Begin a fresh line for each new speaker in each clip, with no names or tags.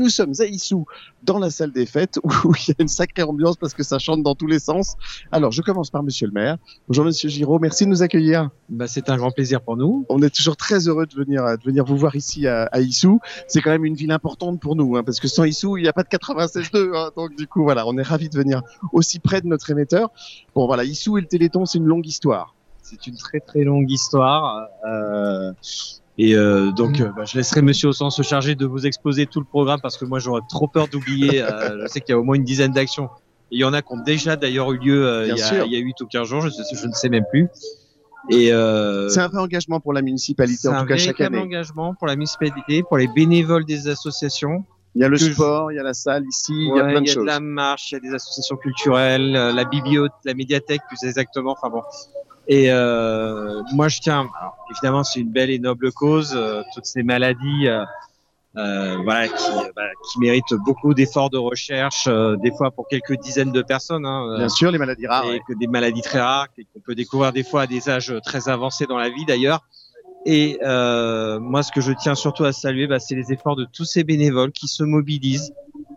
Nous sommes à Issou, dans la salle des fêtes, où il y a une sacrée ambiance parce que ça chante dans tous les sens. Alors, je commence par Monsieur le maire. Bonjour Monsieur Giraud, merci de nous accueillir.
Bah, c'est un grand plaisir pour nous.
On est toujours très heureux de venir, de venir vous voir ici à, à Issou. C'est quand même une ville importante pour nous, hein, parce que sans Issou, il n'y a pas de 96.2. Hein, donc du coup, voilà, on est ravis de venir aussi près de notre émetteur. Bon, voilà, Issou et le Téléthon, c'est une longue histoire.
C'est une très très longue histoire. Euh, et euh, donc, euh, bah, je laisserai Monsieur Ossan se charger de vous exposer tout le programme parce que moi, j'aurais trop peur d'oublier. Euh, je sais qu'il y a au moins une dizaine d'actions. Et Il y en a qui ont déjà d'ailleurs eu lieu euh,
Bien
il, y a,
sûr.
il y a 8 ou 15 jours, je, sais- je ne sais même plus. Et euh,
C'est un vrai engagement pour la municipalité,
c'est
en
un
tout cas chaque
véritable
année.
engagement pour la municipalité, pour les bénévoles des associations.
Il y a le
que je-
sport, il y a la salle ici, il y a
Ouais,
plein de
il y a de
choses.
la marche, il y a des associations culturelles, euh, la bibliothèque, la médiathèque plus exactement. Enfin bon. Et euh, moi je tiens, alors, évidemment c'est une belle et noble cause, euh, toutes ces maladies euh, euh, voilà, qui, bah, qui méritent beaucoup d'efforts de recherche, euh, des fois pour quelques dizaines de personnes. Hein, euh,
Bien sûr, les maladies rares.
et
Ah ouais.
que des maladies très rares et qu'on peut découvrir des fois à des âges euh, très avancés dans la vie d'ailleurs. Et euh, moi, ce que je tiens surtout à saluer, bah, c'est les efforts de tous ces bénévoles qui se mobilisent.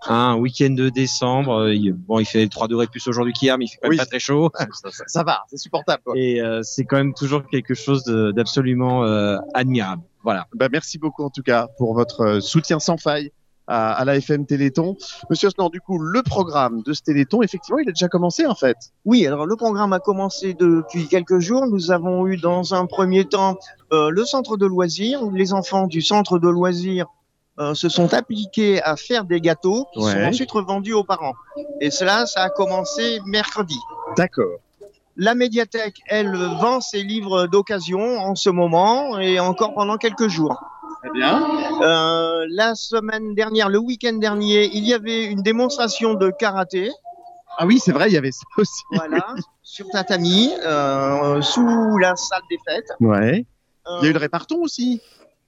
Hein, un week-end de décembre, euh, il- bon, il fait 3 degrés de plus aujourd'hui qu'hier, mais il fait quand
Oui.
même pas très chaud.
Ça, ça- ça va, c'est supportable. quoi.
Et euh, c'est quand même toujours quelque chose de- d'absolument euh, admirable. Voilà.
Bah, merci beaucoup en tout cas pour votre euh, soutien sans faille à, à la FM Téléthon. Monsieur Osnan, du coup, le programme de ce Téléthon, effectivement, il a déjà commencé en fait.
Oui, alors le programme a commencé depuis quelques jours. Nous avons eu dans un premier temps euh, le centre de loisirs. où Les enfants du centre de loisirs euh, se sont appliqués à faire des gâteaux qui sont
Ouais.
ensuite revendus aux parents. Et cela, ça a commencé mercredi.
D'accord.
La médiathèque, elle, vend ses livres d'occasion en ce moment et encore pendant quelques jours.
Très bien.
Euh, la semaine dernière, le week-end dernier, il y avait une démonstration de karaté.
Ah oui, c'est vrai, il y avait ça aussi.
Voilà, sur tatami, euh, sous la salle des fêtes.
Ouais.
Euh,
Il y a eu le réparton aussi.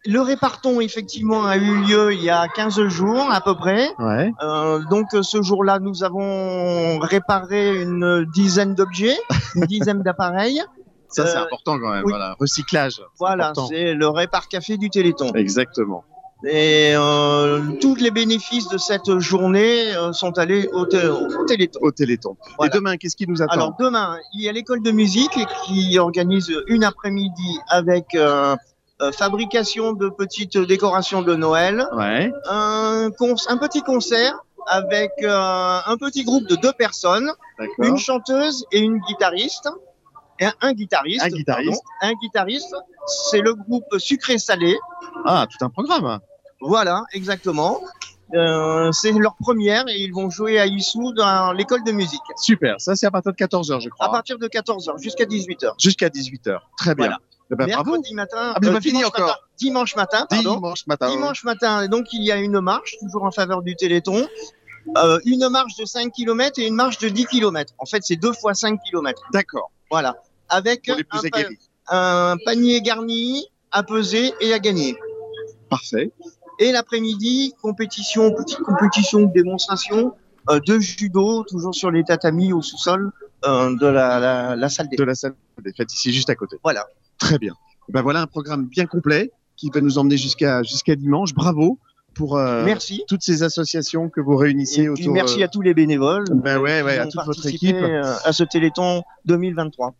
le réparton, effectivement, a eu lieu il y a 15 jours à peu près.
Ouais.
Euh, donc euh, ce jour-là, nous avons réparé une dizaine d'objets, une dizaine d'appareils.
Ça, c'est
Euh,
important quand même.
oui.
Voilà, recyclage.
Voilà,
important.
c'est le répar café du Téléthon.
Exactement.
Et euh, tous les bénéfices de cette journée euh, sont allés au, Té- au Téléthon.
Au Téléthon.
Voilà.
Et demain, qu'est-ce qui nous attend
Alors demain, il y a l'école de musique qui organise une après-midi avec euh, euh, fabrication de petites décorations de Noël.
Ouais.
un, con- un petit concert avec euh, un petit groupe de deux personnes, une
D'accord.
chanteuse et une guitariste. Et un, un guitariste.
Un guitariste.
pardon. un guitariste. C'est le groupe Sucré Salé.
Ah, tout un programme.
Voilà, exactement. Euh, c'est leur première et ils vont jouer à Issou dans l'école de musique.
Super. Ça, c'est à partir de 14h, je
À
crois.
partir de 14h jusqu'à 18h.
Jusqu'à 18h. Très bien.
bah. Voilà.
Eh ben, bravo.
Mercredi matin. euh,
Ah, mais c'est pas
dimanche
fini encore.
matin- dimanche matin, pardon.
Dimanche matin.
Dimanche matin, et donc il y a une marche, toujours en faveur du Téléthon. Euh, une marche de 5 km et une marche de 10 km. En fait, c'est deux fois 5 km.
D'accord.
Voilà. Avec
Pour les
un,
plus
pa-
aguerris.
un panier garni à peser et à gagner.
Parfait.
Et l'après-midi, compétition, petite compétition, démonstration euh, de judo, toujours sur les tatamis au sous-sol euh, de la, la- la salle des.
de la salle des fêtes ici juste à côté.
Voilà.
Très bien. Ben voilà un programme bien complet qui va nous emmener jusqu'à jusqu'à dimanche. Bravo pour euh,
Merci.
toutes ces associations que vous réunissez
Et puis
autour. euh,
merci à tous les bénévoles
Ben ouais, ouais,
qui
à
ont euh,
toute votre
participé,
équipe.
euh, à ce Téléthon 2023.